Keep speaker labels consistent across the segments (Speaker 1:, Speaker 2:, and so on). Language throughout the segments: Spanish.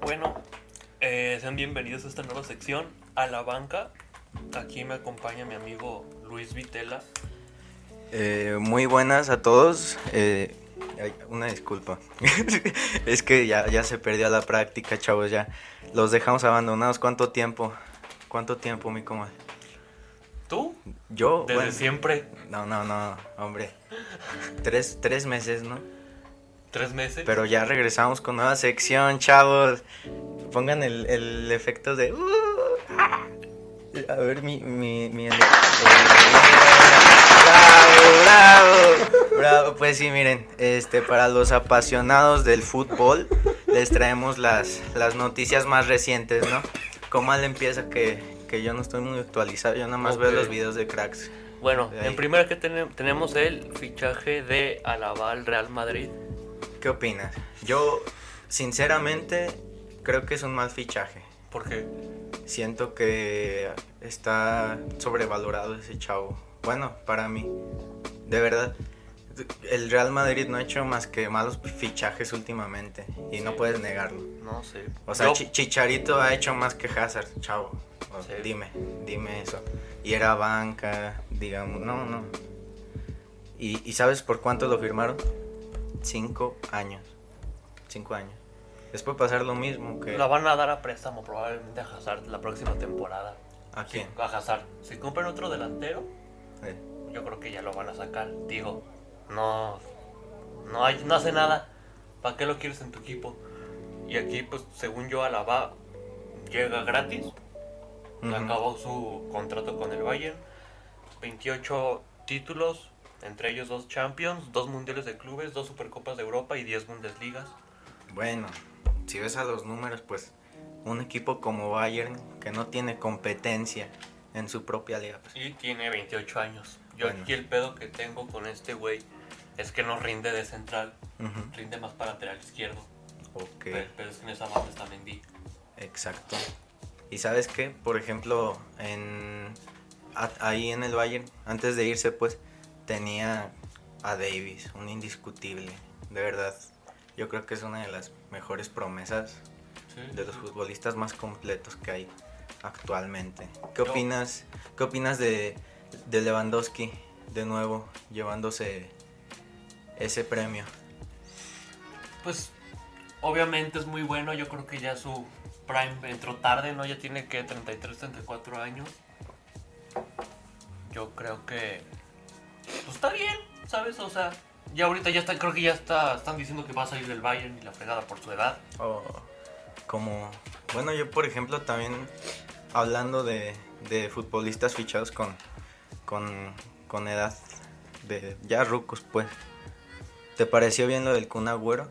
Speaker 1: Bueno, eh, sean bienvenidos a esta nueva sección, a la banca. Aquí me acompaña mi amigo Luis Vitela.
Speaker 2: Eh, muy buenas a todos. Eh, ay, una disculpa. es que ya, ya se perdió la práctica, chavos. Ya los dejamos abandonados. ¿Cuánto tiempo? ¿Cuánto tiempo, mi comadre?
Speaker 1: ¿Tú?
Speaker 2: Yo,
Speaker 1: Desde
Speaker 2: bueno,
Speaker 1: siempre,
Speaker 2: no, no, no, hombre. Tres, tres meses, ¿no?
Speaker 1: tres meses.
Speaker 2: Pero ya regresamos con nueva sección, chavos. Pongan el, el efecto de. uh, ah. A ver, mi. mi, mi- ¡Bravo, bravo! Bravo, pues sí, miren, este, para los apasionados del fútbol, les traemos las, las noticias más recientes, ¿no? ¿Cómo le empieza que, que yo no estoy muy actualizado? Yo nada más
Speaker 1: Ok.
Speaker 2: veo los videos de cracks.
Speaker 1: Bueno,
Speaker 2: Ahí.
Speaker 1: en primera que tenem- tenemos el fichaje de Alaba al Real Madrid.
Speaker 2: ¿Qué opinas? Yo, sinceramente, creo que es un mal fichaje.
Speaker 1: Porque
Speaker 2: Siento que está sobrevalorado ese chavo. Bueno, para mí. De verdad. El Real Madrid no ha hecho más que malos fichajes últimamente. Y no
Speaker 1: Sí.
Speaker 2: puedes negarlo.
Speaker 1: no sé.
Speaker 2: O sea,
Speaker 1: Yo-
Speaker 2: Chi- Chicharito ha hecho más que Hazard, chavo. O-
Speaker 1: Sí.
Speaker 2: Dime, dime eso. Y era banca, digamos. No, no. ¿Y, y sabes por cuánto lo firmaron? Cinco años. Cinco años. Después pasar lo mismo que...
Speaker 1: la van a dar a préstamo probablemente a Hazard la próxima temporada.
Speaker 2: ¿A quién?
Speaker 1: A Hazard. Si compran otro delantero,
Speaker 2: Eh.
Speaker 1: yo creo que ya lo van a sacar. Digo, no, no, hay, no hace nada. ¿Para qué lo quieres en tu equipo? Y aquí, pues, según yo, Alaba llega gratis.
Speaker 2: Ujú.
Speaker 1: Acabó su contrato con el Bayern. 28 títulos, entre ellos dos Champions, dos Mundiales de Clubes, dos Supercopas de Europa y 10 Bundesligas.
Speaker 2: Bueno, si ves a los números, pues un equipo como Bayern que no tiene competencia en su propia liga. pues,
Speaker 1: Y tiene 28 años. Yo
Speaker 2: Bueno.
Speaker 1: aquí el pedo que tengo con este güey es que no rinde de central,
Speaker 2: ujú.
Speaker 1: rinde más para lateral izquierdo.
Speaker 2: Ok,
Speaker 1: Pero, pero es que en esa banda está Mendy.
Speaker 2: exacto. ¿Y sabes qué? Por ejemplo, en a- ahí en el Bayern, antes de irse, pues tenía a Davis, un indiscutible. De verdad, yo creo que es una de las mejores promesas de los futbolistas más completos que hay actualmente. ¿Qué
Speaker 1: Yo-
Speaker 2: opinas? ¿Qué opinas de, de Lewandowski de nuevo llevándose ese premio?
Speaker 1: Pues obviamente es muy bueno, yo creo que ya su prime entró tarde, ¿no? Ya tiene que 33, 34 años. Yo creo que pues está bien, ¿sabes? O sea, ya ahorita ya está, creo que ya está están diciendo que va a salir del Bayern y la fregada por su edad.
Speaker 2: O como bueno, yo por ejemplo también hablando de, de futbolistas fichados con con con edad de ya rucos, pues. ¿Te pareció bien lo del Kun Agüero?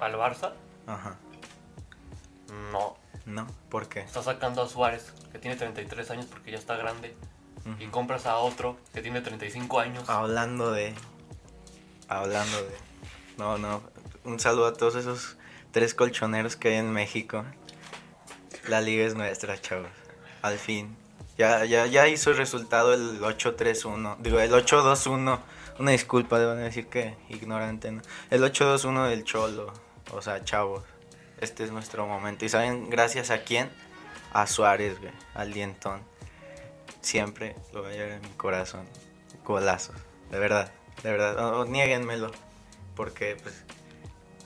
Speaker 1: Al Barça?
Speaker 2: Ajá.
Speaker 1: No,
Speaker 2: ¿No? ¿Por qué?
Speaker 1: está sacando a Suárez, que tiene 33 años porque ya está grande, y
Speaker 2: Ujú. Ah,
Speaker 1: compras a otro que tiene 35 años.
Speaker 2: Hablando de. Hablando de. No, no. Un saludo a todos esos tres colchoneros que hay en México. La liga es nuestra, chavos. Al fin. Ya, ya, ya hizo el resultado el 8-3-1. Digo, el 8-2-1. Una disculpa, deben decir que ignorante, ¿no? El 8-2-1 del Cholo. O sea, chavos. Este es nuestro momento. ¿Y saben gracias a quién? A Suárez, güey. Al dientón. Siempre lo voy a llevar en mi corazón golazos. De verdad, de verdad. O, o niéguenmelo. Porque pues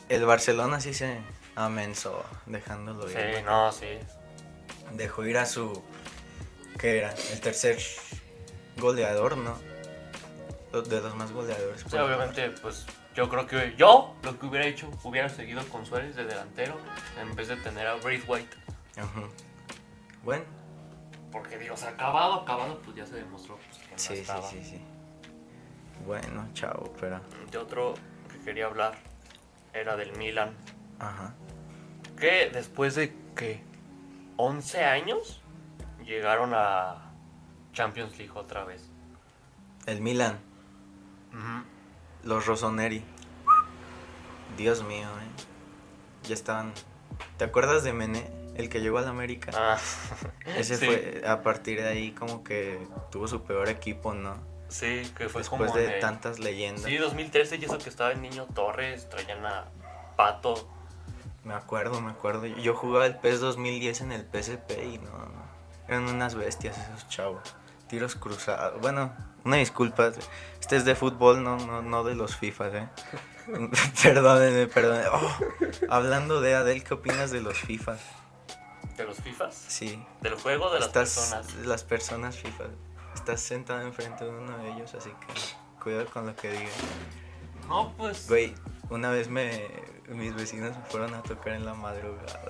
Speaker 2: el Barcelona sí se amenzó dejándolo ir.
Speaker 1: sí, no, sí.
Speaker 2: Dejó ir a su ¿qué era? El tercer goleador, ¿no? Lo- De los más goleadores.
Speaker 1: Sí,
Speaker 2: por-
Speaker 1: obviamente, pues yo creo que yo lo que hubiera hecho, hubiera seguido con Suárez de delantero en vez de tener a Braithwaite.
Speaker 2: Ujú. Bueno,
Speaker 1: Porque digo, o sea, acabado, acabado, pues ya se demostró pues, que no
Speaker 2: sí, sí,
Speaker 1: estaba.
Speaker 2: sí, sí. Bueno, chao, pero
Speaker 1: De otro que quería hablar era del Milan.
Speaker 2: ajá.
Speaker 1: Que después de que 11 años llegaron a Champions League otra vez.
Speaker 2: El Milan,
Speaker 1: Ujú.
Speaker 2: los Rossoneri. Dios mío, eh. Ya estaban. ¿Te acuerdas de Mené, el que llegó al América?
Speaker 1: Ah,
Speaker 2: Ese
Speaker 1: sí,
Speaker 2: fue, a partir de ahí como que tuvo su peor equipo, ¿no?
Speaker 1: Sí, que fue
Speaker 2: Después
Speaker 1: como.
Speaker 2: de
Speaker 1: en el-
Speaker 2: tantas leyendas.
Speaker 1: Sí, 2013 y eso que estaba el niño Torres, traían a Pato,
Speaker 2: Me acuerdo, me acuerdo. Yo jugaba el PES 2010 en el PSP y no, no. Eran unas bestias esos chavos. Tiros cruzados. Bueno, una disculpa. Este es de fútbol, no, no, no de los FIFAs, eh. perdónenme, perdónenme. Oh, hablando de Adel, ¿qué opinas de los FIFAs?
Speaker 1: ¿De los FIFAs?
Speaker 2: Sí.
Speaker 1: ¿Del juego de las
Speaker 2: Estás-
Speaker 1: personas?
Speaker 2: Las personas FIFA. Estás sentado enfrente de uno de ellos, así que cuidado con lo que digas.
Speaker 1: No, pues.
Speaker 2: Güey, una vez me, mis vecinos me fueron a tocar en la madrugada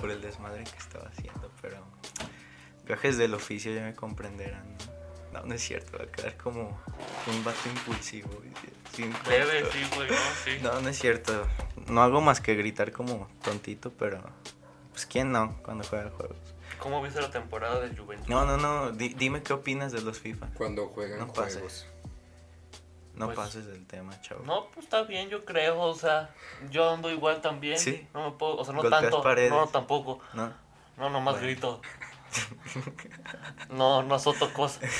Speaker 2: por el desmadre que estaba haciendo, pero gajes del oficio ya me comprenderán. No, no, no es cierto, va a quedar como un vato impulsivo. y- sin
Speaker 1: Leve,
Speaker 2: control.
Speaker 1: sí, güey, no, sí.
Speaker 2: No, no es cierto. No hago más que gritar como tontito, pero pues quién no cuando juega juegos.
Speaker 1: ¿Cómo viste la temporada del Juventus?
Speaker 2: No, no, no, di- dime qué opinas de los FIFA.
Speaker 3: Cuando juegan
Speaker 2: No eh. pasa.
Speaker 3: juegos.
Speaker 2: No
Speaker 1: Pues-
Speaker 2: pases del tema, chavo.
Speaker 1: No, pues está bien, yo creo, o sea, yo ando igual también.
Speaker 2: Sí.
Speaker 1: No me puedo, o sea, no
Speaker 2: Golpeas
Speaker 1: tanto.
Speaker 2: paredes.
Speaker 1: No, tampoco.
Speaker 2: No.
Speaker 1: No, nomás
Speaker 2: Bueno.
Speaker 1: grito. No, no azoto cosas.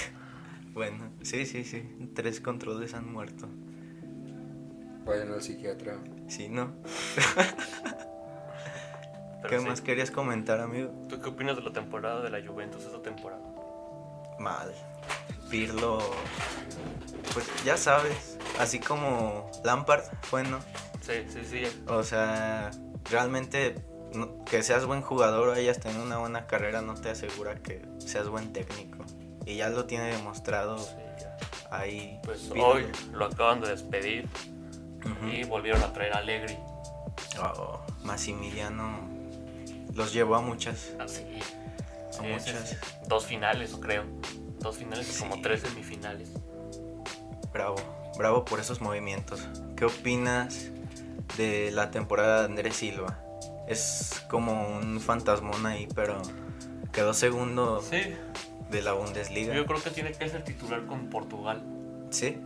Speaker 2: Bueno, sí, sí, sí. Tres controles han muerto.
Speaker 3: Vayan al psiquiatra.
Speaker 2: Sí, no.
Speaker 1: Pero
Speaker 2: ¿Qué
Speaker 1: sí.
Speaker 2: más querías comentar, amigo?
Speaker 1: ¿Tú qué opinas de la temporada de la Juventus esta temporada?
Speaker 2: Mal. Pirlo. Pues ya sabes. Así como Lampard fue, ¿no?
Speaker 1: Sí, sí, sí.
Speaker 2: O sea, realmente no- que seas buen jugador o hayas tenido una buena carrera no te asegura que seas buen técnico. Y ya lo tiene demostrado
Speaker 1: sí, ya.
Speaker 2: ahí.
Speaker 1: Pues
Speaker 2: Pirlo.
Speaker 1: hoy lo acaban de despedir
Speaker 2: Ujú.
Speaker 1: y volvieron a traer a Allegri.
Speaker 2: Oh, Massimiliano los llevó a muchas.
Speaker 1: Así.
Speaker 2: A
Speaker 1: Sí, sí,
Speaker 2: muchas.
Speaker 1: sí. Dos finales, creo. Dos finales y como
Speaker 2: Sí.
Speaker 1: tres semifinales.
Speaker 2: Bravo, bravo por esos movimientos. ¿Qué opinas de la temporada de Andrés Silva? Es como un fantasmón ahí, pero quedó segundo
Speaker 1: Sí,
Speaker 2: de la Bundesliga.
Speaker 1: yo creo que tiene que ser titular con Portugal.
Speaker 2: ¿Sí?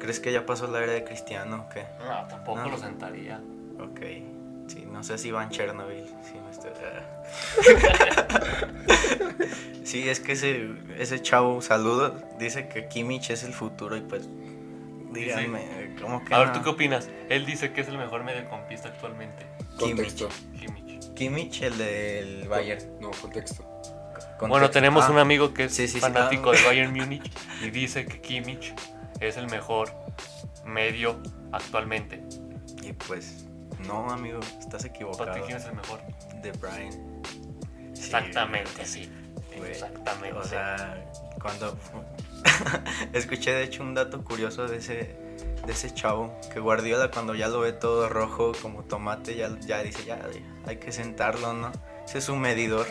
Speaker 2: ¿Crees que ya pasó la era de Cristiano o qué?
Speaker 1: No, tampoco
Speaker 2: No.
Speaker 1: lo sentaría.
Speaker 2: Ok. Sí, no sé si va en Chernobyl. Sí, me estoy- ah. Sí, es que ese, ese chavo, saludo, dice que Kimmich es el futuro y pues... Díganme, ¿cómo que
Speaker 1: A ver,
Speaker 2: no?
Speaker 1: ¿tú qué opinas? Él dice que es el mejor mediocampista actualmente,
Speaker 3: Contexto.
Speaker 1: Kimmich.
Speaker 2: Kimmich, el del Bayern.
Speaker 3: No, contexto.
Speaker 2: Con-
Speaker 1: Bueno, tenemos
Speaker 2: Ah,
Speaker 1: un amigo que es
Speaker 2: sí, sí, sí,
Speaker 1: fanático
Speaker 2: claro.
Speaker 1: del Bayern Múnich y dice que Kimmich es el mejor medio actualmente.
Speaker 2: Y pues, no, amigo, estás
Speaker 1: ¿Para ti
Speaker 2: equivocado.
Speaker 1: quién es el mejor?
Speaker 2: De Brian. Sí,
Speaker 1: Exactamente, sí.
Speaker 2: güey.
Speaker 1: Exactamente.
Speaker 2: O sea, cuando... Escuché, de hecho, un dato curioso de ese, de ese chavo. Que Guardiola, cuando ya lo ve todo rojo como tomate, ya, ya dice, ya, hay que sentarlo, ¿no? Ese es un medidor.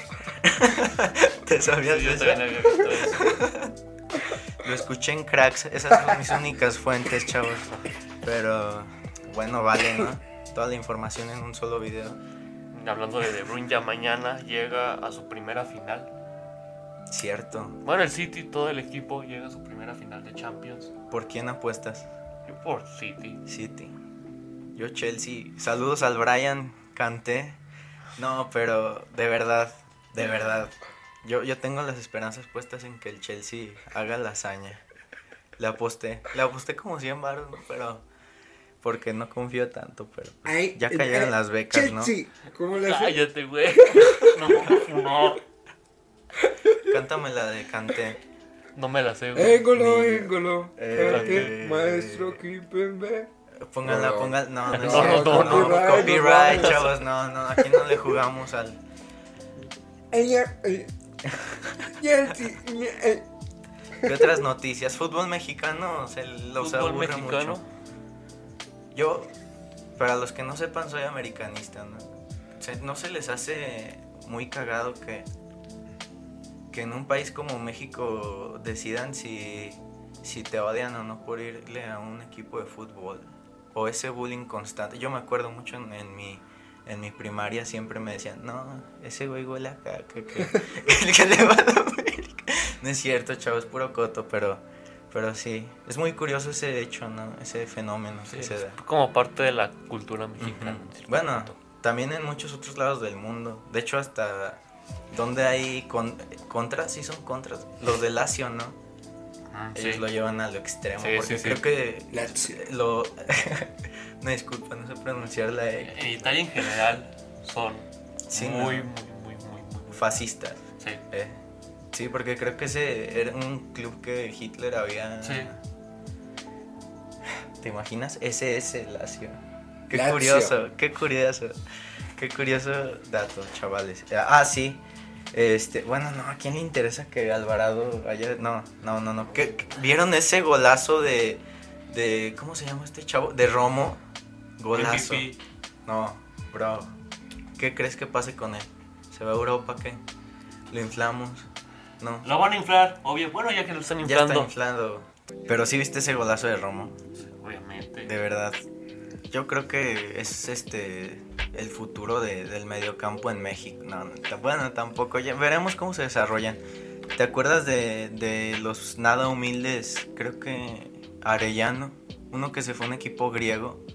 Speaker 2: ¿Te sabías
Speaker 1: Sí, yo
Speaker 2: de eso?
Speaker 1: también había visto eso.
Speaker 2: Lo escuché en cracks, esas son mis únicas fuentes, chavos. Pero bueno, vale, ¿no? Toda la información en un solo video.
Speaker 1: Hablando de De Bruyne, ya mañana llega a su primera final.
Speaker 2: Cierto.
Speaker 1: Bueno, el City, todo el equipo llega a su primera final de Champions.
Speaker 2: ¿Por quién apuestas?
Speaker 1: Yo por City.
Speaker 2: City. Yo Chelsea. Saludos al Brian Canté. No, pero de verdad, de verdad. Yo, yo tengo las esperanzas puestas en que el Chelsea haga la hazaña. Le aposté. Le aposté como 100 baros, ¿no? pero... Porque no confío tanto, pero... pues, ya cayeron las becas, ¿no?
Speaker 3: eh, ¿Cómo le hace?
Speaker 1: Cállate, güey. No, no.
Speaker 2: Cántame la de Canté.
Speaker 1: No me la sé,
Speaker 2: Eh,
Speaker 1: güey.
Speaker 3: Engolo,
Speaker 2: Ni-
Speaker 3: engolo.
Speaker 2: Eh,
Speaker 3: Ate,
Speaker 2: eh,
Speaker 3: maestro Kipembe.
Speaker 2: Pónganla,
Speaker 3: No, no.
Speaker 2: pónganla. No, no, es
Speaker 1: No, no,
Speaker 2: cierto, no,
Speaker 3: no.
Speaker 2: Copyright,
Speaker 3: Copyright, no.
Speaker 2: chavos. No, no, aquí no le jugamos al.
Speaker 3: Ella. eh, Chelsea, eh,
Speaker 2: ¿Qué otras noticias? Fútbol mexicano se los
Speaker 1: Fútbol
Speaker 2: aburre
Speaker 1: mexicano.
Speaker 2: mucho. Yo, para los que no sepan, soy americanista, ¿no? Se- no se les hace muy cagado que, que en un país como México decidan si, si te odian o no por irle a un equipo de fútbol. O ese bullying constante. Yo me acuerdo mucho en, en mi... En mi primaria siempre me decían, no, ese güey huele a caca, que, que- que le va a la América". No es cierto, chavo, es puro coto, pero, pero sí. Es muy curioso ese hecho, ¿no? Ese fenómeno
Speaker 1: Sí,
Speaker 2: que se
Speaker 1: es
Speaker 2: da.
Speaker 1: como parte de la cultura mexicana.
Speaker 2: Ujú.
Speaker 1: en cierto
Speaker 2: Bueno,
Speaker 1: punto.
Speaker 2: también en muchos otros lados del mundo. De hecho, hasta donde hay con- contras, sí son contras. Los de Lazio, ¿no?
Speaker 1: Ujú,
Speaker 2: Ellos
Speaker 1: Ah, sí.
Speaker 2: lo llevan a lo extremo.
Speaker 1: Sí, sí,
Speaker 2: porque
Speaker 1: sí.
Speaker 2: creo que
Speaker 3: La-
Speaker 2: lo. Una disculpa, no sé pronunciar la E.
Speaker 1: En Italia en general son
Speaker 2: Sí,
Speaker 1: muy,
Speaker 2: no.
Speaker 1: muy, muy, muy, muy.
Speaker 2: Fascistas.
Speaker 1: Sí,
Speaker 2: eh. Sí, porque creo que ese era un club que Hitler había.
Speaker 1: Sí.
Speaker 2: ¿Te imaginas? SS Lazio. Qué
Speaker 3: Lazio.
Speaker 2: curioso, qué curioso. Qué curioso dato, chavales. Ah, sí. Este, bueno, no, ¿a quién le interesa que Alvarado haya no, no, no, no. ¿Qué- qué- vieron ese golazo de de ¿cómo se llama este chavo? De Romo. Golazo.
Speaker 1: MVP.
Speaker 2: No, bro. ¿Qué crees que pase con él? ¿Se va a Europa qué? ¿Lo inflamos? No.
Speaker 1: Lo van a inflar, obvio. Bueno, ya que lo están
Speaker 2: Ya está
Speaker 1: inflando.
Speaker 2: inflando. Pero sí viste ese golazo de Romo.
Speaker 1: Obviamente.
Speaker 2: De verdad. Yo creo que es este el futuro de- del mediocampo en México. No, no, t- bueno, tampoco. Ya veremos cómo se desarrollan. ¿Te acuerdas de, de los nada humildes? Creo que Arellano, uno que se fue a un equipo griego.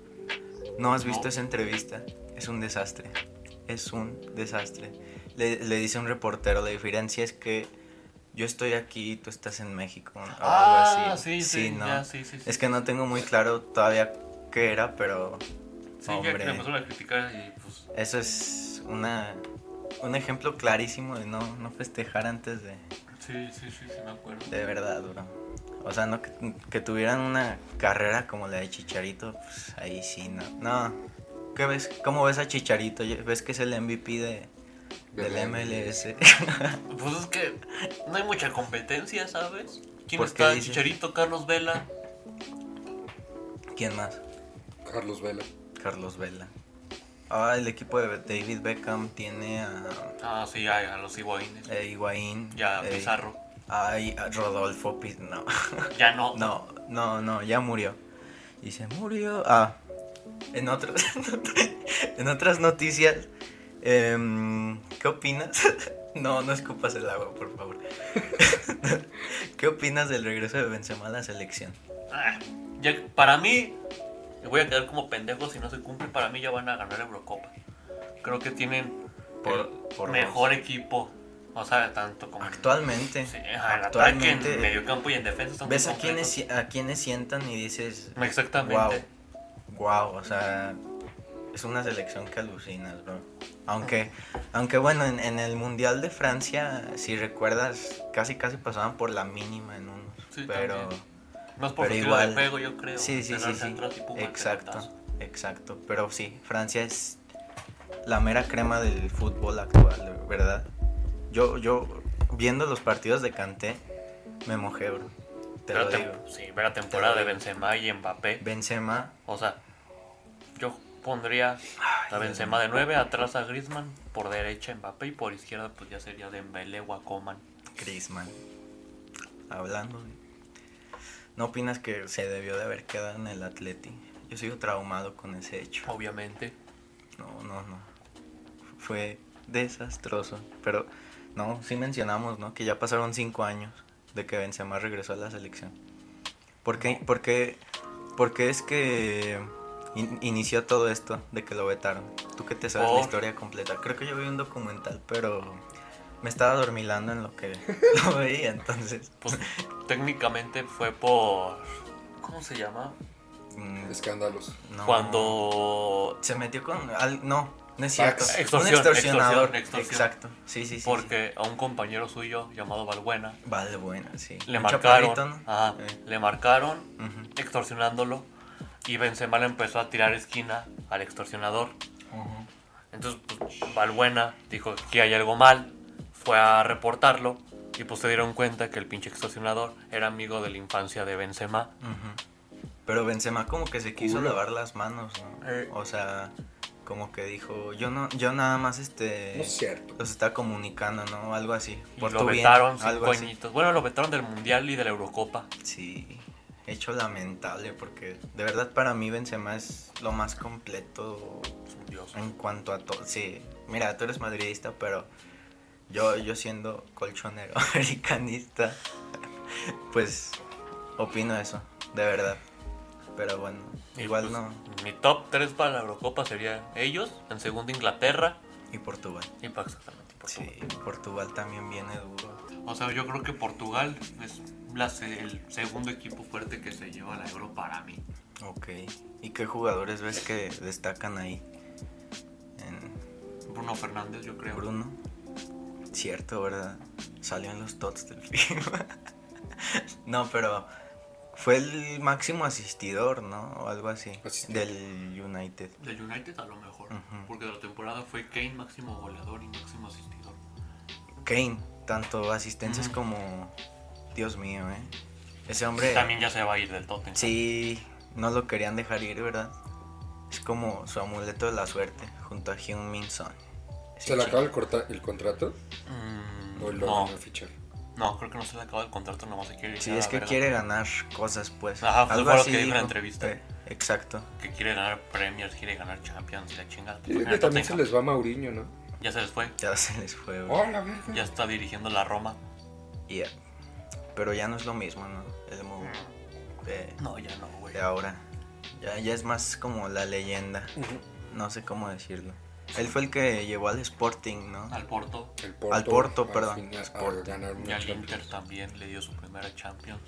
Speaker 2: No has visto
Speaker 1: No.
Speaker 2: esa entrevista. Es un desastre. Es un desastre. Le, le dice un reportero, la diferencia es que yo estoy aquí y tú estás en México. o algo
Speaker 1: Ah,
Speaker 2: así.
Speaker 1: sí, sí,
Speaker 2: no.
Speaker 1: ya, sí, sí, sí.
Speaker 2: Es que no tengo muy claro todavía qué era, pero
Speaker 1: Sí, ya que
Speaker 2: hombre,
Speaker 1: le empezaron a criticar y pues.
Speaker 2: eso es una, un ejemplo clarísimo de no, no festejar antes de,
Speaker 1: Sí, sí, sí, sí, me acuerdo.
Speaker 2: de verdad, bro. O sea, no que, que tuvieran una carrera como la de Chicharito, pues ahí sí, no. No, ¿qué ves? ¿Cómo ves a Chicharito? Ya- ¿Ves que es el MVP de,
Speaker 3: De la
Speaker 2: del MLS?
Speaker 1: Pues es que no hay mucha competencia, ¿sabes? ¿Quién
Speaker 2: ¿Por qué
Speaker 1: está?
Speaker 2: dices?
Speaker 1: Chicharito, Carlos Vela.
Speaker 2: ¿Quién más?
Speaker 3: Carlos Vela.
Speaker 2: Carlos Vela. Ah, el equipo de David Beckham tiene a,
Speaker 1: Ah, sí, a, a los Higuaínes.
Speaker 2: a Higuaín.
Speaker 1: Ya,
Speaker 2: eh,
Speaker 1: Pizarro.
Speaker 2: Ay, Rodolfo Piz... No.
Speaker 1: Ya no.
Speaker 2: No, no, no, ya murió. Y se murió. Ah, en otras, en otras noticias, em, ¿qué opinas? No, no escupas el agua, por favor. ¿Qué opinas del regreso de Benzema a la selección?
Speaker 1: Ah, ya, para mí, me voy a quedar como pendejo si no se cumple. Para mí ya van a ganar la Eurocopa. Creo que tienen
Speaker 2: Por-
Speaker 1: el
Speaker 2: por
Speaker 1: mejor equipo. O sea, tanto como.
Speaker 2: Actualmente,
Speaker 1: Sí, ajá, en ataque,
Speaker 2: actualmente, eh,
Speaker 1: en medio campo y en defensa. están
Speaker 2: ves
Speaker 1: muy
Speaker 2: a quienes,
Speaker 1: completos.
Speaker 2: a quienes sientan y dices,
Speaker 1: Exactamente.
Speaker 2: Wow, o sea, es una selección que alucinas, bro. Aunque, aunque bueno, en, en el Mundial de Francia, si recuerdas, casi casi pasaban por la mínima en unos.
Speaker 1: Sí,
Speaker 2: pero
Speaker 1: también. Más por
Speaker 2: pero
Speaker 1: el
Speaker 2: igual.
Speaker 1: de juego, yo creo.
Speaker 2: sí, sí, sí,
Speaker 1: cerrarse
Speaker 2: sí.
Speaker 1: atrás y pum, al
Speaker 2: Exacto,
Speaker 1: pelotazo.
Speaker 2: exacto. Pero sí, Francia es la mera crema del fútbol actual, ¿verdad? Yo, yo viendo los partidos de Kanté, me mojé, bro. Te
Speaker 1: Pero
Speaker 2: lo
Speaker 1: tem-
Speaker 2: digo.
Speaker 1: Sí, ver la temporada
Speaker 2: Te
Speaker 1: de
Speaker 2: lo digo.
Speaker 1: Benzema y Mbappé.
Speaker 2: Benzema,
Speaker 1: O sea, yo pondría a
Speaker 2: Dios
Speaker 1: Benzema de 9, atrás a Griezmann, por derecha Mbappé y por izquierda pues ya sería Dembélé o Coman.
Speaker 2: Crisman. Hablando de- ¿No opinas que se debió de haber quedado en el Atleti? Yo sigo traumado con ese hecho.
Speaker 1: Obviamente,
Speaker 2: No, no, no. Fue desastroso. Pero, no, sí mencionamos, ¿no? Que ya pasaron cinco años de que Benzema regresó a la selección. ¿Por qué, por qué- por qué es que in- inició todo esto de que lo vetaron? Tú que te sabes la
Speaker 1: Por-
Speaker 2: historia completa. Creo que yo vi un documental, pero me estaba dormilando en lo que lo veía, entonces...
Speaker 1: pues técnicamente fue por... ¿Cómo se llama?
Speaker 2: mm,
Speaker 3: Escándalos.
Speaker 2: no.
Speaker 1: Cuando...
Speaker 2: Se metió con... al- no, no es cierto.
Speaker 3: Tax.
Speaker 2: un
Speaker 1: Extorsión,
Speaker 2: extorsionador.
Speaker 1: extorsión, extorsión.
Speaker 2: Exacto. Sí, sí, sí. sí.
Speaker 1: Porque a un compañero suyo llamado Valbuena
Speaker 2: Vale, bueno, sí.
Speaker 1: le
Speaker 2: Un
Speaker 1: marcaron, Ah.
Speaker 2: chaparrito, ¿no?
Speaker 1: ajá,
Speaker 2: Eh,
Speaker 1: le marcaron
Speaker 2: ujú.
Speaker 1: extorsionándolo y Benzema le empezó a tirar esquina al extorsionador. Entonces, pues, Valbuena dijo que hay algo mal, fue a reportarlo y pues se dieron cuenta que el pinche extorsionador era amigo de la infancia de Benzema.
Speaker 2: Ujú. Pero Benzema como que se quiso
Speaker 3: Culo.
Speaker 2: lavar las manos, ¿no?
Speaker 1: Eh.
Speaker 2: O sea, como que dijo, yo no, yo nada más este
Speaker 3: No es cierto.
Speaker 2: los está comunicando, ¿no? Algo así.
Speaker 1: Y
Speaker 2: Por
Speaker 1: lo
Speaker 2: tu bien,
Speaker 1: vetaron
Speaker 2: algo
Speaker 1: cinco
Speaker 2: así.
Speaker 1: añitos. Bueno, lo vetaron del Mundial y de la Eurocopa.
Speaker 2: Sí, hecho lamentable porque de verdad para mí Benzema es lo más completo
Speaker 1: Es un dios.
Speaker 2: en cuanto a todo. Sí, mira, tú eres madridista, pero yo, yo siendo colchonero americanista, pues opino eso, de verdad. Pero bueno,
Speaker 1: Y,
Speaker 2: igual
Speaker 1: pues,
Speaker 2: no.
Speaker 1: Mi top 3 para la Eurocopa sería ellos, en segundo Inglaterra
Speaker 2: Y Portugal.
Speaker 1: y pa- exactamente Portugal.
Speaker 2: Sí, Portugal también viene duro.
Speaker 1: O sea, yo creo que Portugal es la se- el segundo equipo fuerte que se lleva la Euro para mí.
Speaker 2: Ok. ¿Y qué jugadores ves que destacan ahí? En
Speaker 1: Bruno Fernández, yo creo.
Speaker 2: Bruno. Cierto, ¿verdad? Salió en los tots del FIFA. no, pero fue el máximo asistidor, ¿no? O algo así.
Speaker 3: Asistidor.
Speaker 2: Del United.
Speaker 1: Del United a lo mejor,
Speaker 2: Ujú.
Speaker 1: porque de la temporada fue Kane máximo goleador y máximo asistidor.
Speaker 2: Kane, tanto asistencias
Speaker 1: Ujú.
Speaker 2: como... Dios mío, ¿eh? Ese hombre...
Speaker 1: También ya se va a ir del Tottenham.
Speaker 2: Sí, no lo querían dejar ir, ¿verdad? Es como su amuleto de la suerte, junto a Hyun Min Son. Ese
Speaker 3: ¿Se le
Speaker 2: chico.
Speaker 3: acaba el, corta- el contrato?
Speaker 1: Mm,
Speaker 3: ¿O lo
Speaker 1: no,
Speaker 3: van a fichar?
Speaker 2: Ah,
Speaker 1: no, creo que no se le acaba el contrato, nomás se quiere ir
Speaker 2: Sí,
Speaker 1: a la
Speaker 2: es que
Speaker 1: verga.
Speaker 2: quiere ganar cosas, pues.
Speaker 1: Ajá, fue
Speaker 2: Algo
Speaker 1: lo
Speaker 2: así
Speaker 1: que dijo en la
Speaker 2: dijo.
Speaker 1: entrevista.
Speaker 2: Eh, exacto.
Speaker 1: Que quiere ganar Premiers, quiere ganar Champions y la chingada.
Speaker 3: Yo creo
Speaker 1: Porque
Speaker 3: que
Speaker 1: el
Speaker 3: también se
Speaker 1: Tottenham
Speaker 3: les va a Mauriño,
Speaker 2: Eh,
Speaker 3: ¿no?
Speaker 1: Ya se les fue,
Speaker 2: Ya se les fue, bro.
Speaker 3: ¡Oh, la verga!
Speaker 1: ya está dirigiendo la Roma.
Speaker 2: Yeah. Pero ya no es lo mismo, ¿no? El Mo-
Speaker 3: Mm.
Speaker 2: de,
Speaker 1: No, ya no, güey.
Speaker 2: de ahora. Ya, ya es más como la leyenda.
Speaker 3: Ujú.
Speaker 2: No sé cómo decirlo. Él fue el que llevó al Sporting, ¿no?
Speaker 3: Ah.
Speaker 1: Al Porto
Speaker 3: El Porto,
Speaker 2: Al Porto,
Speaker 3: al
Speaker 2: perdón.
Speaker 3: fin, a-
Speaker 2: Es
Speaker 3: a
Speaker 2: Porto.
Speaker 3: ganar
Speaker 1: y
Speaker 3: una
Speaker 1: al
Speaker 3: Champions.
Speaker 1: Inter también le dio su primera Champions.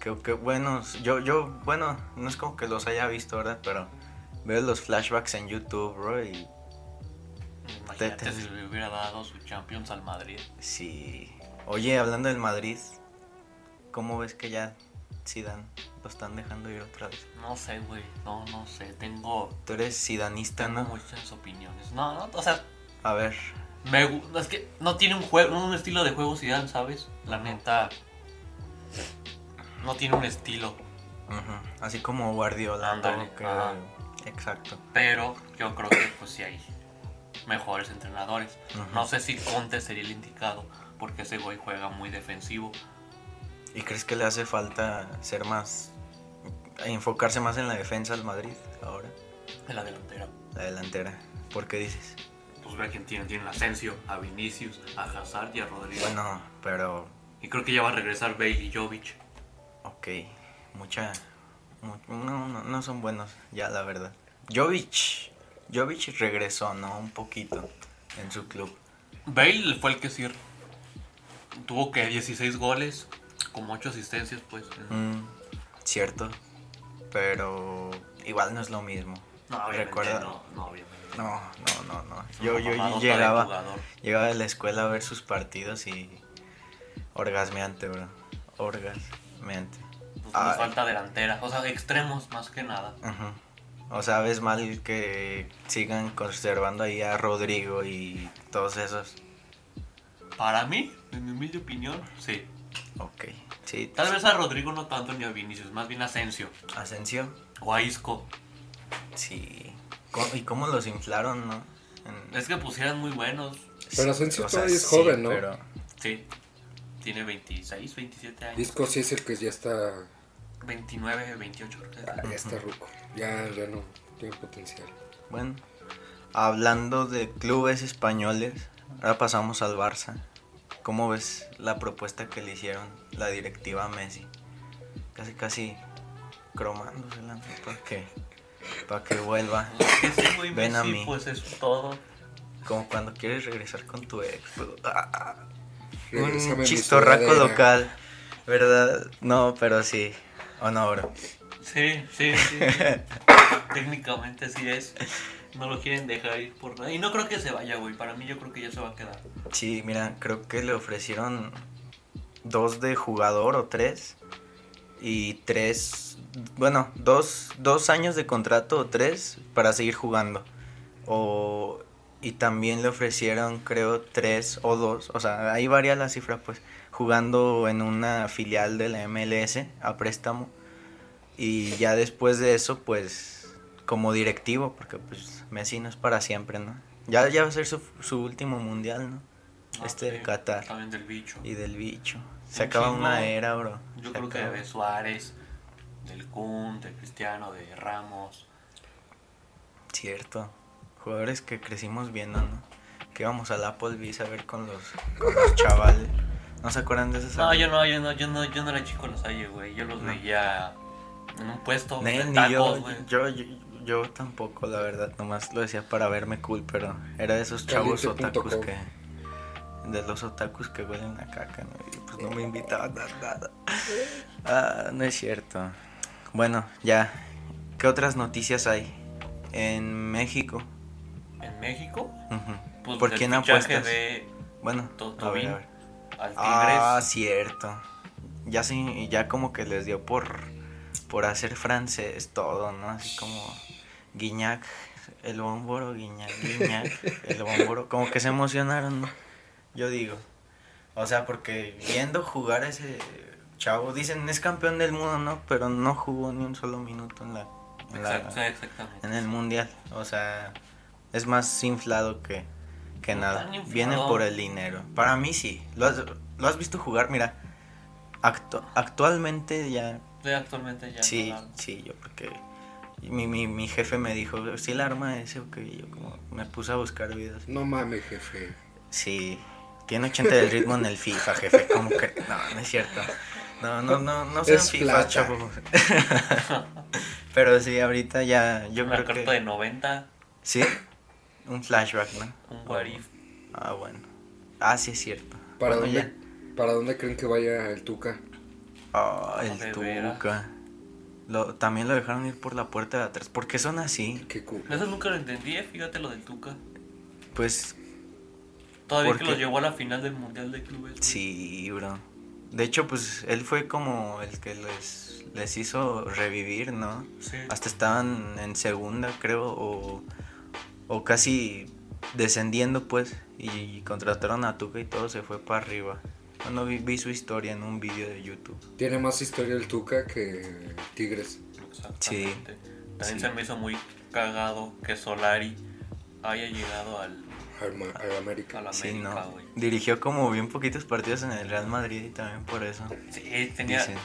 Speaker 2: Creo que buenos. Yo, yo, bueno, no es como que los haya visto, ¿verdad? Pero veo los flashbacks en YouTube, bro, y
Speaker 1: Imagínate
Speaker 2: Tete.
Speaker 1: si le hubiera dado su Champions al Madrid.
Speaker 2: sí. Oye, hablando del Madrid, ¿cómo ves que ya Zidane lo están dejando ir otra vez?
Speaker 1: No sé, güey, no, no sé. Tengo,
Speaker 2: Tú eres sidanista,
Speaker 1: tengo
Speaker 2: ¿no?
Speaker 1: muchas opiniones. No, no, o sea,
Speaker 2: A ver,
Speaker 1: Me gu- es que no tiene un juego, un estilo de juego Zidane, ¿sabes? La neta no tiene un estilo,
Speaker 2: ujú, así como Guardiola.
Speaker 1: Ándale,
Speaker 2: todo que-
Speaker 1: ajá.
Speaker 2: Exacto.
Speaker 1: pero yo creo que pues sí hay mejores entrenadores.
Speaker 2: Ujú.
Speaker 1: No sé si Conte sería el indicado porque ese güey juega muy defensivo.
Speaker 2: ¿Y crees que le hace falta ser más, e enfocarse más en la defensa al Madrid ahora,
Speaker 1: En la delantera,
Speaker 2: la delantera? ¿Por qué dices?
Speaker 1: pues ve a quién tiene, tiene a Asensio, a Vinicius, a Hazard y a Rodrigo.
Speaker 2: Bueno, pero
Speaker 1: Y creo que ya va a regresar Bale y Jovic.
Speaker 2: Ok, mucha. mu- no, no, no son buenos, ya la verdad. Jovic. Jovic regresó, ¿no? Un poquito en su club.
Speaker 1: Bale fue el que sí tuvo que 16 goles, como 8 asistencias, pues.
Speaker 2: Mm, cierto. Pero igual no es lo mismo.
Speaker 1: No, obviamente
Speaker 2: Recuerda-
Speaker 1: no, no, obviamente.
Speaker 2: No, no, no, no.
Speaker 1: Es una
Speaker 2: Yo, yo
Speaker 1: mamadota de
Speaker 2: llegaba,
Speaker 1: jugador.
Speaker 2: llegaba de la escuela a ver sus partidos y. Orgasmeante, bro. Orgasmeante.
Speaker 1: Nos,
Speaker 2: Ay.
Speaker 1: Pues, nos falta delantera. O sea, extremos más que nada.
Speaker 2: Ajá. O sea, ves mal que sigan conservando ahí a Rodrigo y todos esos.
Speaker 1: Para mí, en mi humilde opinión, sí.
Speaker 2: Ok, sí.
Speaker 1: Tal vez a Rodrigo no tanto ni a Vinicius, más bien a Asensio
Speaker 2: Asensio,
Speaker 1: o a Isco.
Speaker 2: sí. Co- ¿Y cómo los inflaron, no? En-
Speaker 1: Es que pusieran muy buenos.
Speaker 3: Pero Asensio
Speaker 2: o sea,
Speaker 3: todavía es
Speaker 2: sí,
Speaker 3: joven, ¿no?
Speaker 2: Pero,
Speaker 1: Sí. Tiene 26, 27 años.
Speaker 3: Disco sí es el que ya está,
Speaker 1: 29, 28. creo que es.
Speaker 3: ya está ruco. Ya, ya no tiene potencial.
Speaker 2: bueno, hablando de clubes españoles, ahora pasamos al Barça. ¿Cómo ves la propuesta que le hicieron la directiva a Messi? Casi, casi cromándosela para que, para que vuelva.
Speaker 1: Pues que sí, güey,
Speaker 2: Ven a
Speaker 1: Messi,
Speaker 2: mí.
Speaker 1: Pues es todo.
Speaker 2: Como cuando quieres regresar con tu ex. pero- ah, ah.
Speaker 3: Regrésame
Speaker 2: Un
Speaker 3: mi
Speaker 2: chistorraco
Speaker 3: sudadera.
Speaker 2: local, ¿verdad? No, pero sí. ¿O no, bro?
Speaker 1: Sí, sí, sí. Técnicamente sí es. No lo quieren dejar ir por nada. Y no creo que se vaya, güey. Para mí, yo creo que ya se va a quedar.
Speaker 2: Sí, mira, creo que le ofrecieron dos de jugador o tres. Y tres, bueno, dos, dos años de contrato o tres para seguir jugando. O, y también le ofrecieron, creo, tres o dos. O sea, ahí varía la cifra, pues. Jugando en una filial de la MLS a préstamo. Y ya después de eso, pues, como directivo, porque pues Messi no es para siempre, ¿no? Ya, ya va a ser su, su último mundial, ¿no?
Speaker 1: Ah,
Speaker 2: Este
Speaker 1: sí,
Speaker 2: del Qatar.
Speaker 1: También del bicho.
Speaker 2: Y del bicho. Se
Speaker 1: Un
Speaker 2: acaba
Speaker 1: chingo.
Speaker 2: una era, bro.
Speaker 1: Yo
Speaker 2: Se
Speaker 1: creo que
Speaker 2: acaba.
Speaker 1: de Suárez, del Kun, del Cristiano, de Ramos.
Speaker 2: Cierto. Jugadores que crecimos viendo, ¿no? Que íbamos al Applebee's a ver con los, con los chavales. ¿No se acuerdan de esas?
Speaker 1: No, yo no, yo no, yo no, yo no era chico en los años, güey. Yo los
Speaker 2: No.
Speaker 1: veía en un puesto
Speaker 2: Ni-
Speaker 1: de
Speaker 2: ni
Speaker 1: tacos,
Speaker 2: yo,
Speaker 1: güey.
Speaker 2: yo, yo, yo tampoco, la verdad. Nomás lo decía para verme cool, pero era de esos chavos
Speaker 3: Caliente punto
Speaker 2: otakus
Speaker 3: com.
Speaker 2: que. De los otakus que huelen a caca, ¿no? Y pues no me invitaban a nada. Ah, no es cierto. Bueno, ya. ¿Qué otras noticias hay en México?
Speaker 1: ¿En México?
Speaker 2: Ujú.
Speaker 1: Pues,
Speaker 2: ¿Por
Speaker 1: del
Speaker 2: quién
Speaker 1: fichaje
Speaker 2: apuestas?
Speaker 1: de
Speaker 2: Bueno,
Speaker 1: To-
Speaker 2: a ver,
Speaker 1: Tobin
Speaker 2: a ver.
Speaker 1: al Tigres.
Speaker 2: Ah, cierto. Ya sí, ya como que les dio por por hacer francés todo, ¿no? Así como Guiñac, el bomboro, Guiñac, Guiñac, el bomboro. Como que se emocionaron, ¿no? Yo digo. O sea, porque viendo jugar a ese chavo, dicen es campeón del mundo, ¿no? Pero no jugó ni un solo minuto en la, en la-
Speaker 1: Exacto, exactamente.
Speaker 2: en el mundial. O sea, es más inflado que, que
Speaker 1: No
Speaker 2: nada.
Speaker 1: tan inflado.
Speaker 2: Viene por el dinero. Para mí sí. Lo has, lo has visto jugar, mira. actu- actualmente ya.
Speaker 1: Estoy actualmente ya.
Speaker 2: sí,
Speaker 1: no la-
Speaker 2: sí, yo porque. Mi, mi, mi jefe me dijo, ¿sí la arma ese o qué?" Y Yo como me puse a buscar videos.
Speaker 3: No mames, jefe.
Speaker 2: Sí, tiene 80 del ritmo en el FIFA, jefe. Como que. No, no es cierto. No, no, no, no sean
Speaker 3: Es
Speaker 2: FIFA,
Speaker 3: plata.
Speaker 2: chavos. Pero sí, ahorita ya. Yo
Speaker 1: una
Speaker 2: creo
Speaker 1: carta
Speaker 2: que...
Speaker 1: de 90,
Speaker 2: ¿Sí? Un flashback, ¿no?
Speaker 1: un guarif.
Speaker 2: Ah, bueno. Ah, sí, es cierto.
Speaker 3: ¿Para,
Speaker 2: Bueno,
Speaker 3: dónde, ¿Para dónde creen que vaya el Tuca?
Speaker 2: ya. Ah, el
Speaker 1: De veras.
Speaker 2: Tuca. Lo, también lo dejaron ir por la puerta de atrás. ¿Por qué son así?
Speaker 3: Qué cool.
Speaker 1: Eso nunca lo entendí, eh, fíjate lo del Tuca.
Speaker 2: Pues
Speaker 1: Todavía
Speaker 2: ¿Por
Speaker 1: que
Speaker 2: qué?
Speaker 1: lo llevó a la final del Mundial de Clubes. güey.
Speaker 2: sí, bro. De hecho, pues él fue como el que les, les hizo revivir, ¿no?
Speaker 1: Sí.
Speaker 2: Hasta estaban en segunda, creo, o, o casi descendiendo, pues. Y, contrataron a Tuca y todo se fue para arriba. Cuando vi, vi su historia en un video de YouTube.
Speaker 3: Tiene más historia el Tuca que Tigres.
Speaker 1: Exactamente. También
Speaker 2: Sí.
Speaker 1: se me hizo muy cagado que Solari haya llegado al,
Speaker 3: Al, ma- al
Speaker 1: a
Speaker 3: América.
Speaker 1: la
Speaker 2: Sí,
Speaker 1: América,
Speaker 2: no.
Speaker 1: güey.
Speaker 2: Dirigió como bien poquitos partidos en el Real Madrid y también por eso.
Speaker 1: Sí, tenía.
Speaker 2: dicen.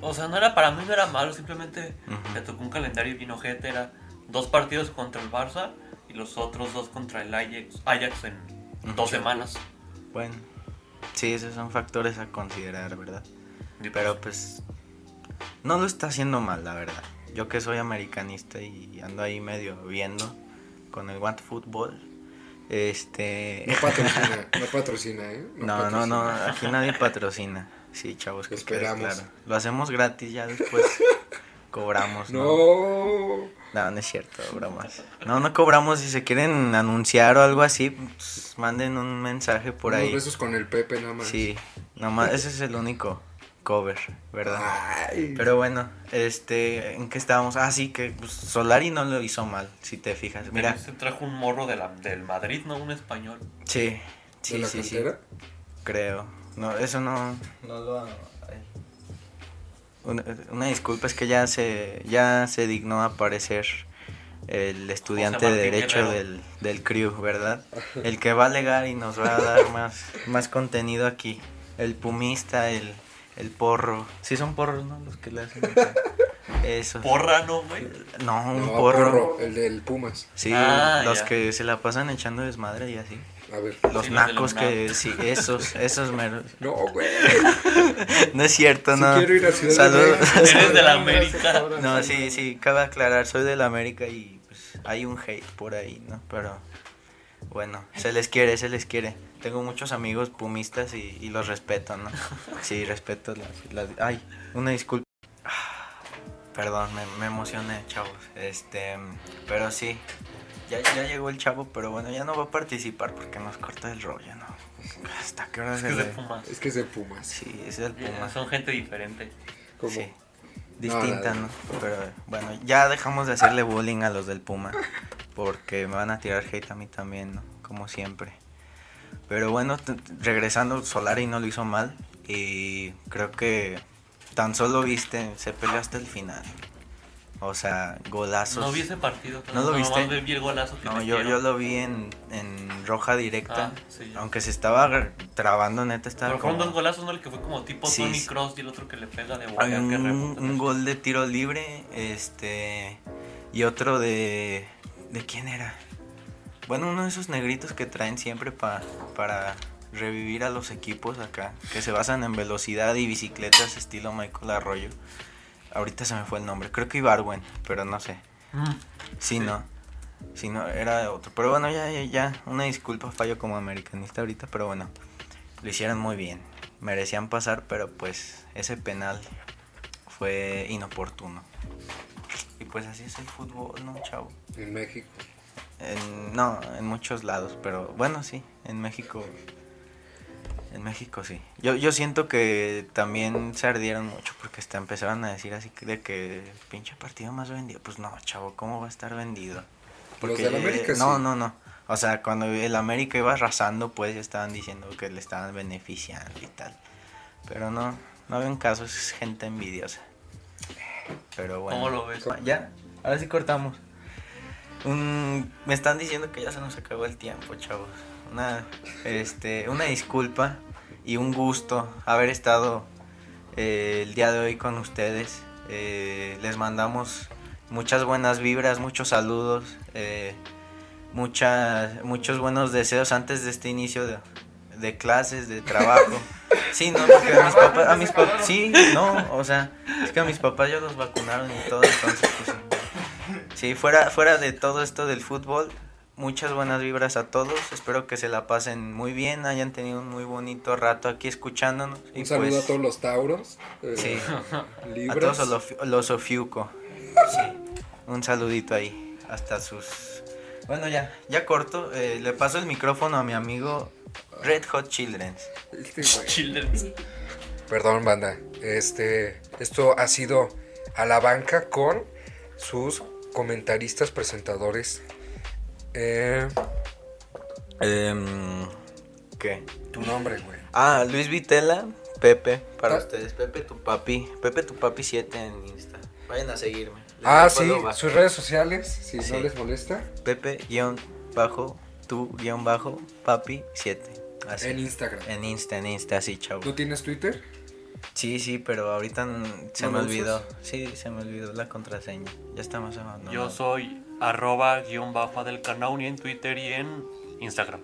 Speaker 1: O sea, no era para mí, no era malo, simplemente
Speaker 2: Ujú.
Speaker 1: le tocó un calendario bien ojete. Era dos partidos contra el Barça y los otros dos contra el Ajax, Ajax en dos semanas.
Speaker 2: Bueno, sí, esos son factores a considerar, ¿verdad?
Speaker 1: Y
Speaker 2: Pero pues no lo está haciendo mal, la verdad. Yo que soy americanista y ando ahí medio viendo con el What Football. Este...
Speaker 3: No patrocina, no patrocina, ¿eh?
Speaker 2: No, no, no,
Speaker 3: patrocina.
Speaker 2: aquí nadie patrocina. Sí, chavos, que quede
Speaker 3: Esperamos.
Speaker 2: claro. Lo hacemos gratis ya después cobramos.
Speaker 3: No.
Speaker 2: No, no es cierto, bromas. No, no cobramos. Si se quieren anunciar o algo así, pues, manden un mensaje por
Speaker 3: Unos
Speaker 2: ahí.
Speaker 3: besos con el Pepe nada más.
Speaker 2: Sí, nomás ese es el único cover, ¿verdad?
Speaker 3: Ah, Ay.
Speaker 2: Pero bueno, este, ¿en qué estábamos? Ah, sí, que pues, Solari no lo hizo mal, si te fijas. Mira,
Speaker 1: Se trajo un morro de la- del Madrid, ¿no? Un español.
Speaker 2: sí,
Speaker 3: ¿De
Speaker 2: sí,
Speaker 3: la
Speaker 2: sí, sí,
Speaker 3: cantera?
Speaker 2: creo. No, eso no... No lo Una, una disculpa, es que ya se, ya se dignó a aparecer el estudiante de
Speaker 1: Martín
Speaker 2: Derecho
Speaker 1: Guerrero.
Speaker 2: del, del CRIU, ¿verdad? El que va a alegar y nos va a dar más, más contenido aquí. El pumista, el, el porro. Sí son porros, ¿no? Los que le hacen. acá. Eso.
Speaker 1: Porra, ¿no, güey?
Speaker 2: No, un
Speaker 3: No,
Speaker 2: porro.
Speaker 3: porro, El del Pumas.
Speaker 2: Sí,
Speaker 1: Ah,
Speaker 2: los
Speaker 1: ya.
Speaker 2: que se la pasan echando desmadre y así.
Speaker 3: A ver.
Speaker 2: Los
Speaker 1: Sí, los de la
Speaker 2: nacos
Speaker 1: UNAM.
Speaker 2: que sí, esos, esos meros.
Speaker 3: No, güey.
Speaker 2: No es cierto,
Speaker 3: Sí
Speaker 2: no.
Speaker 3: quiero ir a Ciudad
Speaker 2: Salud.
Speaker 3: de México.
Speaker 1: Eres de la América.
Speaker 2: No, sí, sí, cabe aclarar, soy de la América y pues, hay un hate por ahí, ¿no? Pero bueno, se les quiere, se les quiere. Tengo muchos amigos pumistas y, y los respeto, ¿no? Sí, respeto las, las- Ay, una disculpa. Ah, Perdón, me, me emocioné, chavos. Este, pero sí, ya, ya llegó el chavo, pero bueno, ya no va a participar porque nos corta el rollo, ¿no? ¿Hasta qué hora
Speaker 1: Es
Speaker 2: se
Speaker 1: que es de
Speaker 2: le-
Speaker 1: Pumas.
Speaker 3: Es que es de Pumas.
Speaker 2: Sí, es el
Speaker 1: Ya,
Speaker 2: Puma.
Speaker 1: Son gente diferente.
Speaker 3: Como
Speaker 2: Sí. Distinta,
Speaker 3: No, la-
Speaker 2: ¿no? Pero bueno, ya dejamos de hacerle bullying a los del Puma. Porque me van a tirar hate a mí también, ¿no? Como siempre. Pero bueno, t- t- regresando, Solari no lo hizo mal. Y creo que tan solo viste, se peleó hasta el final. O sea, golazos.
Speaker 1: No vi ese partido.
Speaker 2: ¿No lo
Speaker 1: nomás
Speaker 2: viste?
Speaker 1: vi el golazo que
Speaker 2: No, yo,
Speaker 1: metieron.
Speaker 2: yo lo vi en, en roja
Speaker 1: Ah,
Speaker 2: directa.
Speaker 1: sí, ya.
Speaker 2: Aunque se estaba agar- trabando, neta, estaba.
Speaker 1: Pero fueron
Speaker 2: como-
Speaker 1: dos golazos, ¿no? El que fue como tipo
Speaker 2: Sí,
Speaker 1: Tony
Speaker 2: sí.
Speaker 1: Cross y el otro que le pega de
Speaker 2: Hay
Speaker 1: volea
Speaker 2: un,
Speaker 1: que remonta.
Speaker 2: un gol de tiro libre, este, y otro de, ¿de quién era? Bueno, uno de esos negritos que traen siempre pa- para revivir a los equipos acá, que se basan en velocidad y bicicletas estilo Michael Arroyo. Ahorita se me fue el nombre, creo que Ibarwen, pero no sé.
Speaker 1: Mm.
Speaker 2: Si no, si no, era otro. Pero bueno, ya, ya, ya, una disculpa, fallo como americanista ahorita, pero bueno, lo hicieron muy bien. merecían pasar, pero pues ese penal fue inoportuno. Y pues así es el fútbol, ¿no, chavo?
Speaker 3: en México.
Speaker 2: En- no, en muchos lados, pero bueno, sí, en México. En México sí. Yo, yo siento que también se ardieron mucho porque hasta empezaron a decir así que- de que el pinche partido más vendido. Pues no, chavo, ¿cómo va a estar vendido?
Speaker 3: del América sí.
Speaker 2: No, no, no. O sea, cuando el América iba arrasando, pues ya estaban diciendo que le estaban beneficiando y tal. Pero no, no ven caso, es gente envidiosa. Pero bueno.
Speaker 1: ¿Cómo lo ves?
Speaker 2: Ya, ahora sí cortamos. Un- me están diciendo que ya se nos acabó el tiempo, chavos. Una, este, una disculpa y un gusto haber estado eh, el día de hoy con ustedes. Eh, les mandamos muchas buenas vibras, muchos saludos, eh, muchas, muchos buenos deseos antes de este inicio de, de clases, de trabajo. Sí, no, porque a mis papás, a mis pap- sí, no, o sea, es que a mis papás ya los vacunaron y todo, entonces pues sí. Sí, fuera, fuera de todo esto del fútbol, muchas buenas vibras a todos, espero que se la pasen muy bien, hayan tenido un muy bonito rato aquí escuchándonos.
Speaker 3: Un saludo
Speaker 2: pues,
Speaker 3: a todos los Tauros. eh,
Speaker 2: Sí. A
Speaker 3: Libras.
Speaker 2: todos a los, los ofiuco. Sí. Un saludito ahí. Hasta sus. Bueno, ya, ya corto. eh, le paso el micrófono a mi amigo Red Hot Children.
Speaker 3: Este güey.
Speaker 1: Children's.
Speaker 3: Perdón, banda. Este, esto ha sido a la banca con sus comentaristas presentadores. Eh, Em,
Speaker 2: ¿Qué?
Speaker 3: tu nombre, güey.
Speaker 2: Ah, Luis Vitela, Pepe, para
Speaker 3: Ah.
Speaker 2: ustedes. Pepe tu papi. Pepe tu papi 7 en Insta. Vayan a seguirme. Les
Speaker 3: Ah, sí,
Speaker 2: recuerdo bajo.
Speaker 3: sus redes sociales, si
Speaker 2: Sí.
Speaker 3: no les molesta.
Speaker 2: Pepe guión bajo, tu guión bajo, papi 7. Así.
Speaker 3: En Instagram.
Speaker 2: En Insta, en Insta, así, chau.
Speaker 3: ¿Tú tienes Twitter?
Speaker 2: Sí, sí, pero ahorita n- se
Speaker 3: ¿No
Speaker 2: me
Speaker 3: lo
Speaker 2: olvidó.
Speaker 3: usas?
Speaker 2: Sí, se me olvidó la contraseña. Ya estamos hablando.
Speaker 1: Yo soy arroba guión bajo del canal y en Twitter y en Instagram.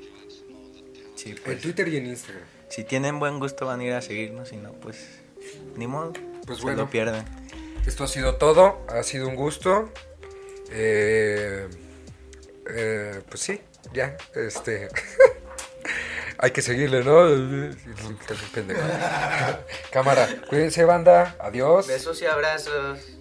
Speaker 2: Sí, pues,
Speaker 3: En Twitter y en Instagram.
Speaker 2: Si tienen buen gusto van a ir a seguirnos, si no, pues ni modo.
Speaker 3: Pues
Speaker 2: se
Speaker 3: bueno.
Speaker 2: lo pierden.
Speaker 3: Esto ha sido todo. Ha sido un gusto. Eh, eh, pues sí, ya. Este. Hay que seguirle, ¿no? Pendejo. Cámara, cuídense, banda. Adiós.
Speaker 2: Besos y abrazos.